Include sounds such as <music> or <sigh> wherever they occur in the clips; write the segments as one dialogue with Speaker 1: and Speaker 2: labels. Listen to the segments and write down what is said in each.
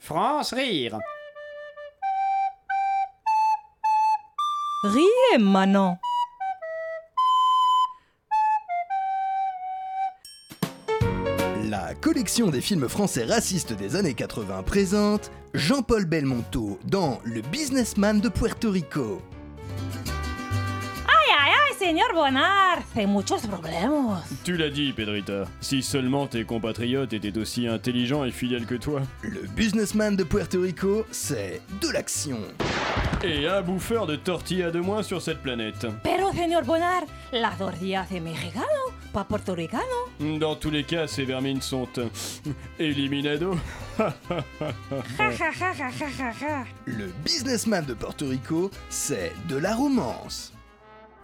Speaker 1: France rire.
Speaker 2: Riez, Manon.
Speaker 3: La collection des films français racistes des années 80 présente Jean-Paul Belmondo dans Le businessman de Puerto Rico.
Speaker 2: Ay, ay, ay, señor Bonar, c'est muchos problemas.
Speaker 4: Tu l'as dit, Pedrita. Si seulement tes compatriotes étaient aussi intelligents et fidèles que toi.
Speaker 3: Le businessman de Puerto Rico, c'est de l'action,
Speaker 4: Et un bouffeur de tortilla de moins sur cette planète.
Speaker 2: Pero, señor Bonar, la tortilla de mexicano, pas portoricano.
Speaker 4: Dans tous les cas, ces vermines sont euh, <laughs> éliminados.
Speaker 2: Ja, ja, ja, ja, ja, ja, ja.
Speaker 3: le businessman de Puerto Rico, c'est de la romance.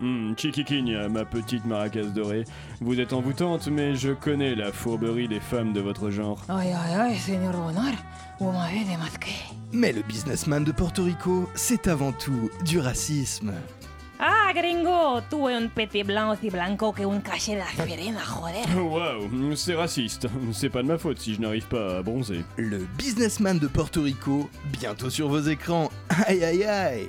Speaker 4: Hmm, Chiquiquigne, ma petite maracas dorée, vous êtes envoûtante, mais je connais la fourberie des femmes de votre genre.
Speaker 2: Ay, ay, ay, señor Bonar, vous m'avez démasqué.
Speaker 3: Mais le businessman de Porto Rico, c'est avant tout du racisme.
Speaker 2: Ah, gringo, tú es un petit blanc aussi blanco que un cachet de aspirina, joder.
Speaker 4: Waouh, c'est raciste. C'est pas de ma faute si je n'arrive pas à bronzer.
Speaker 3: Le businessman de Porto Rico, bientôt sur vos écrans. Aïe aïe aïe